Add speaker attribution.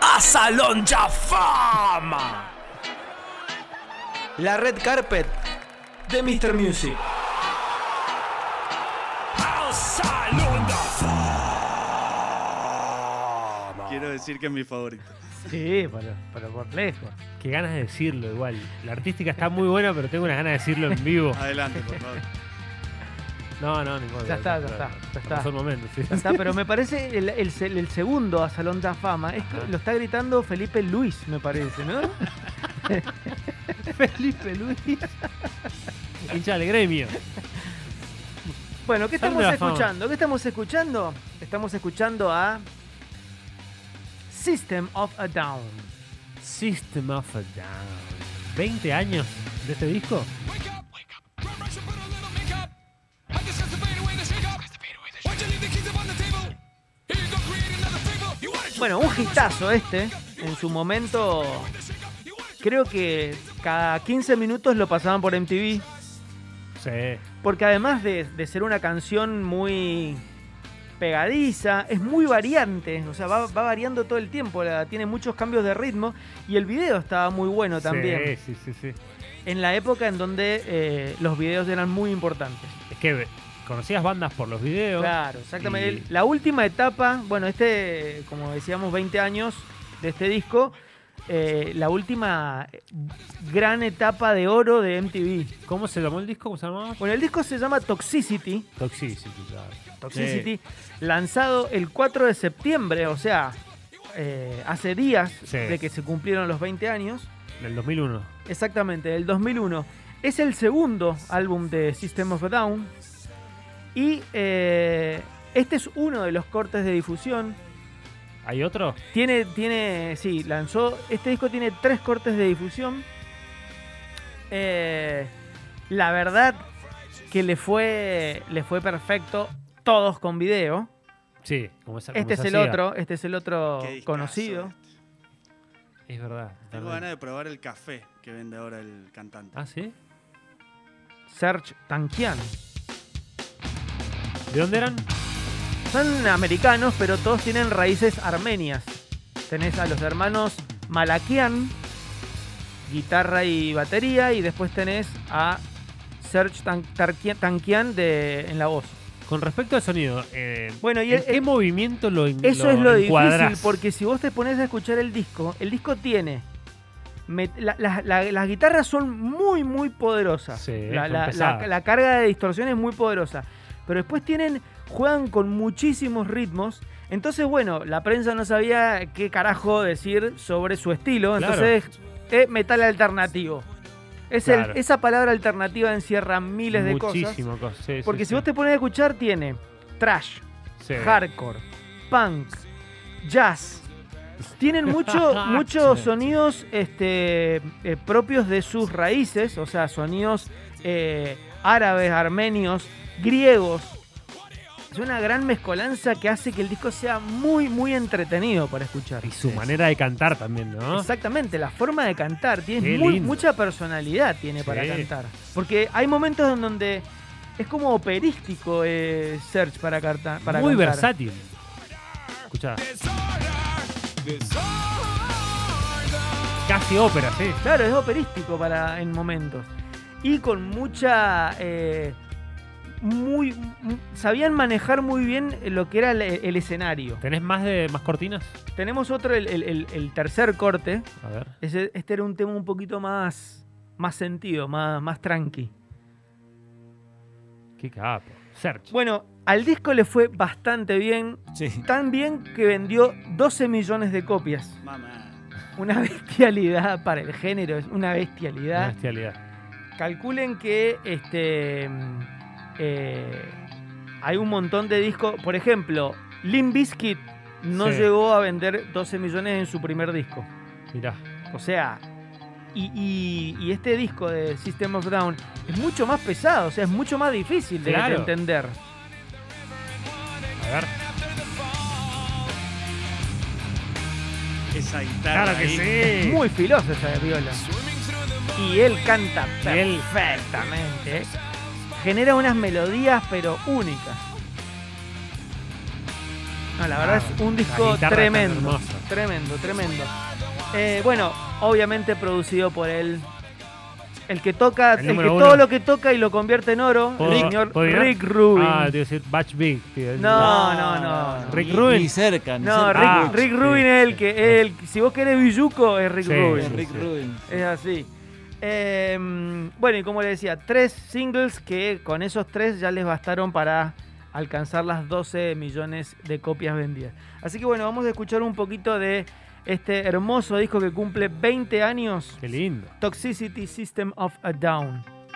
Speaker 1: a Salón Jafama. La red carpet de Mr. Music. Al Salón Jafama.
Speaker 2: Quiero decir que es mi favorito.
Speaker 3: Sí, pero, pero por lejos. Qué ganas de decirlo igual. La artística está muy buena, pero tengo unas ganas de decirlo en vivo.
Speaker 2: Adelante, por favor.
Speaker 3: No, no, ni modo.
Speaker 4: Ya está, ya está, ya está.
Speaker 3: Pasó el momento, sí.
Speaker 4: Ya está, pero me parece el, el se- el segundo a Salón de Fama. Es que
Speaker 3: Ajá.
Speaker 4: lo está gritando Felipe Luis, me parece, ¿no? Felipe Luis.
Speaker 3: Hincha del gremio.
Speaker 4: Bueno, ¿qué
Speaker 3: Salón
Speaker 4: estamos
Speaker 3: de la Fama.
Speaker 4: escuchando? ¿Qué estamos escuchando? Estamos escuchando a System of a Down.
Speaker 3: System of a Down. 20 años de este disco.
Speaker 5: Wake up! Wake up! Run, rush, and put a little makeup. I just got to fade away the shake up. Why'd you leave the keys up on the table? Here you go, create another fable. You wanna
Speaker 4: Bueno, un hitazo este. En su momento, creo que cada 15 minutos lo pasaban por MTV.
Speaker 3: Sí.
Speaker 4: Porque además de, de ser una canción muy pegadiza, es muy variante, o sea, va, va variando todo el tiempo, la- tiene muchos cambios de ritmo y el video estaba muy bueno también,
Speaker 3: Sí, sí, sí, sí.
Speaker 4: en la época en donde eh, los videos eran muy importantes.
Speaker 3: Es que conocías bandas por los videos.
Speaker 4: Claro, exactamente.
Speaker 3: Y-
Speaker 4: La última etapa, bueno, este, como decíamos, 20 años de este disco, eh, la última eh, gran etapa de oro de MTV.
Speaker 3: ¿Cómo se llamó el disco? ¿Cómo se llamaba?
Speaker 4: Bueno, el disco se llama Toxicity.
Speaker 3: Toxicity, claro.
Speaker 4: Toxicity, lanzado el 4 de septiembre, o sea, eh, hace días
Speaker 3: Sí.
Speaker 4: de que se cumplieron los 20 años,
Speaker 3: Sí, del 2001.
Speaker 4: exactamente, del 2001. Es el segundo álbum de System of a Down y eh, este es uno de los cortes de difusión.
Speaker 3: ¿Hay otro?
Speaker 4: Tiene, tiene, sí, lanzó, este disco tiene tres cortes de difusión. Eh, la verdad que le fue, le fue perfecto, todos con video.
Speaker 3: Sí, como esa- como
Speaker 4: Este es
Speaker 3: esa
Speaker 4: el
Speaker 3: ciega.
Speaker 4: otro, este es el otro
Speaker 2: Qué discazo
Speaker 4: conocido.
Speaker 2: este.
Speaker 3: Es verdad.
Speaker 2: Tengo
Speaker 3: verdad.
Speaker 2: ganas de probar el café que vende ahora el cantante.
Speaker 3: Ah, sí.
Speaker 4: Serge Tankian.
Speaker 3: ¿De dónde eran?
Speaker 4: Son americanos, pero todos tienen raíces armenias. Tenés a los hermanos Malakian, guitarra y batería, y después tenés a Serge Tan- Tarki- Tankian de, en la voz.
Speaker 3: Con respecto al sonido, eh,
Speaker 4: Bueno, y
Speaker 3: ¿en
Speaker 4: el-
Speaker 3: qué
Speaker 4: el-
Speaker 3: movimiento lo en-
Speaker 4: Eso es lo
Speaker 3: encuadrás?
Speaker 4: difícil, porque si vos te pones a escuchar el disco, el disco tiene. met- la- la- la- las guitarras son muy, muy poderosas.
Speaker 3: Sí,
Speaker 4: la,
Speaker 3: son
Speaker 4: la- la-
Speaker 3: pesadas.
Speaker 4: la carga de distorsión es muy poderosa. Pero después tienen, juegan con muchísimos ritmos. Entonces, bueno, la prensa no sabía qué carajo decir sobre su estilo.
Speaker 3: Claro.
Speaker 4: Entonces, es metal alternativo. Es el-
Speaker 3: Claro.
Speaker 4: esa palabra alternativa encierra miles de cosas.
Speaker 3: Muchísimo cosas. sí, sí,
Speaker 4: Porque si
Speaker 3: sí.
Speaker 4: vos te pones a escuchar, tiene trash,
Speaker 3: Sí.
Speaker 4: hardcore, punk, jazz. Tienen mucho- muchos
Speaker 3: Sí.
Speaker 4: sonidos este, eh, propios de sus raíces, o sea, sonidos eh, árabes, armenios, griegos. Es una gran mezcolanza que hace que el disco sea muy, muy entretenido para escuchar.
Speaker 3: Y su manera de cantar también, ¿no?
Speaker 4: Exactamente, la forma de cantar. Tiene
Speaker 3: Qué
Speaker 4: muy-
Speaker 3: lindo.
Speaker 4: mucha personalidad tiene para
Speaker 3: Sí.
Speaker 4: cantar. Porque hay momentos en donde es como operístico eh, Search para, carta- para
Speaker 3: Muy
Speaker 4: cantar.
Speaker 3: versátil. Escuchá, casi ópera, sí.
Speaker 4: Claro, es operístico para, en momentos. Y con mucha. eh, muy, mu- sabían manejar muy bien lo que era el, el escenario.
Speaker 3: ¿Tenés más de más cortinas?
Speaker 4: Tenemos otro, el, el- el- el tercer corte.
Speaker 3: A ver.
Speaker 4: Ese- este era un tema un poquito más, más sentido, más, más tranqui.
Speaker 3: Qué capo. Search.
Speaker 4: Bueno, al disco le fue bastante bien. Tan bien que vendió 12 millones de copias.
Speaker 2: Mamá.
Speaker 4: Una bestialidad para el género, es una bestialidad.
Speaker 3: Una bestialidad.
Speaker 4: Calculen que este mm, eh, hay un montón de discos. Por ejemplo, Limp Bizkit no
Speaker 3: Sí.
Speaker 4: llegó a vender 12 millones en su primer disco.
Speaker 3: Mirá.
Speaker 4: O sea, y, y- y este disco de System of a Down es mucho más pesado, o sea, es mucho más difícil de, de
Speaker 3: Claro.
Speaker 4: entender.
Speaker 3: A ver.
Speaker 2: Esa guitarra.
Speaker 3: Claro que
Speaker 2: ahí.
Speaker 3: sí.
Speaker 4: Muy filosa esa viola. Y él canta
Speaker 3: Y él-
Speaker 4: perfectamente. ¿eh? Genera unas melodías, pero únicas. No, la verdad
Speaker 3: Ah,
Speaker 4: es un
Speaker 3: la
Speaker 4: disco
Speaker 3: guitarra tan
Speaker 4: tremendo.
Speaker 3: hermosa.
Speaker 4: Tremendo, tremendo. Eh, bueno, obviamente producido por él. El que toca,
Speaker 3: El
Speaker 4: el, que
Speaker 3: número uno.
Speaker 4: todo lo que toca y lo convierte en oro,
Speaker 3: ¿Puedo-
Speaker 4: el señor
Speaker 3: puedo adivinar?
Speaker 4: Rick Rubin.
Speaker 3: Ah, te iba a decir Batch Big. te iba a decir.
Speaker 4: no, no, no. no.
Speaker 3: Rick
Speaker 6: Ni-
Speaker 3: Rubin.
Speaker 6: Ni cerca, ni
Speaker 4: No, Rick,
Speaker 6: cerca.
Speaker 3: Ah,
Speaker 4: Rick
Speaker 3: sí,
Speaker 4: Rubin es el
Speaker 3: sí,
Speaker 4: que. El, si vos querés Villuco, es Rick
Speaker 3: Sí.
Speaker 4: Rubin.
Speaker 6: Es Rick Rubin.
Speaker 1: Eh,
Speaker 4: Es así. Em, bueno, y como le decía, tres singles que con esos tres ya les bastaron para alcanzar las 12 millones de copias vendidas. Así que bueno, vamos a escuchar un poquito de este hermoso disco que cumple 20 años,
Speaker 3: Qué lindo.
Speaker 4: Toxicity System of a Down.